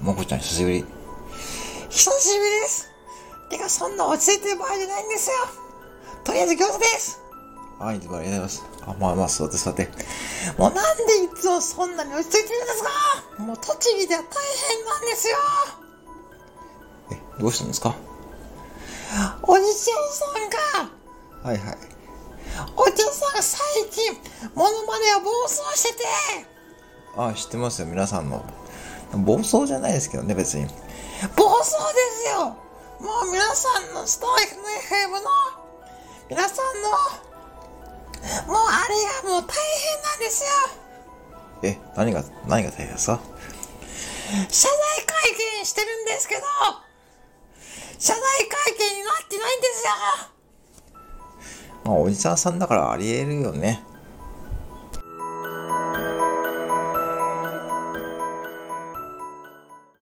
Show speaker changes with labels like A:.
A: もこちゃん久しぶり。
B: 久しぶりですてか、そんな落ち着いてる場合じゃないんですよとりあえず餃子です
A: はい、ありがとうございます。あ、まあまあ、座って座って。
B: もうなんでいつもそんなに落ち着いてるんですかもう栃木では大変なんですよ
A: え、どうしたんですか
B: おじちゃんさんが、
A: はいはい。
B: おじさんが最近、モノマネを暴走してて、
A: あ、知ってますよ、皆さんの。暴走じゃないですけどね、別に。
B: 暴走ですよもう皆さんのストーイクの FM の、皆さんの、もうあれがもう大変なんですよ
A: え、何が、何が大変ですか
B: 謝罪会見してるんですけど、謝罪会見になってないんですよ
A: まあ、おじさんさんだからあり得るよね。